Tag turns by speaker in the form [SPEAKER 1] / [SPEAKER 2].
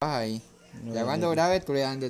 [SPEAKER 1] ahí. Ya cuando grabes tú le das de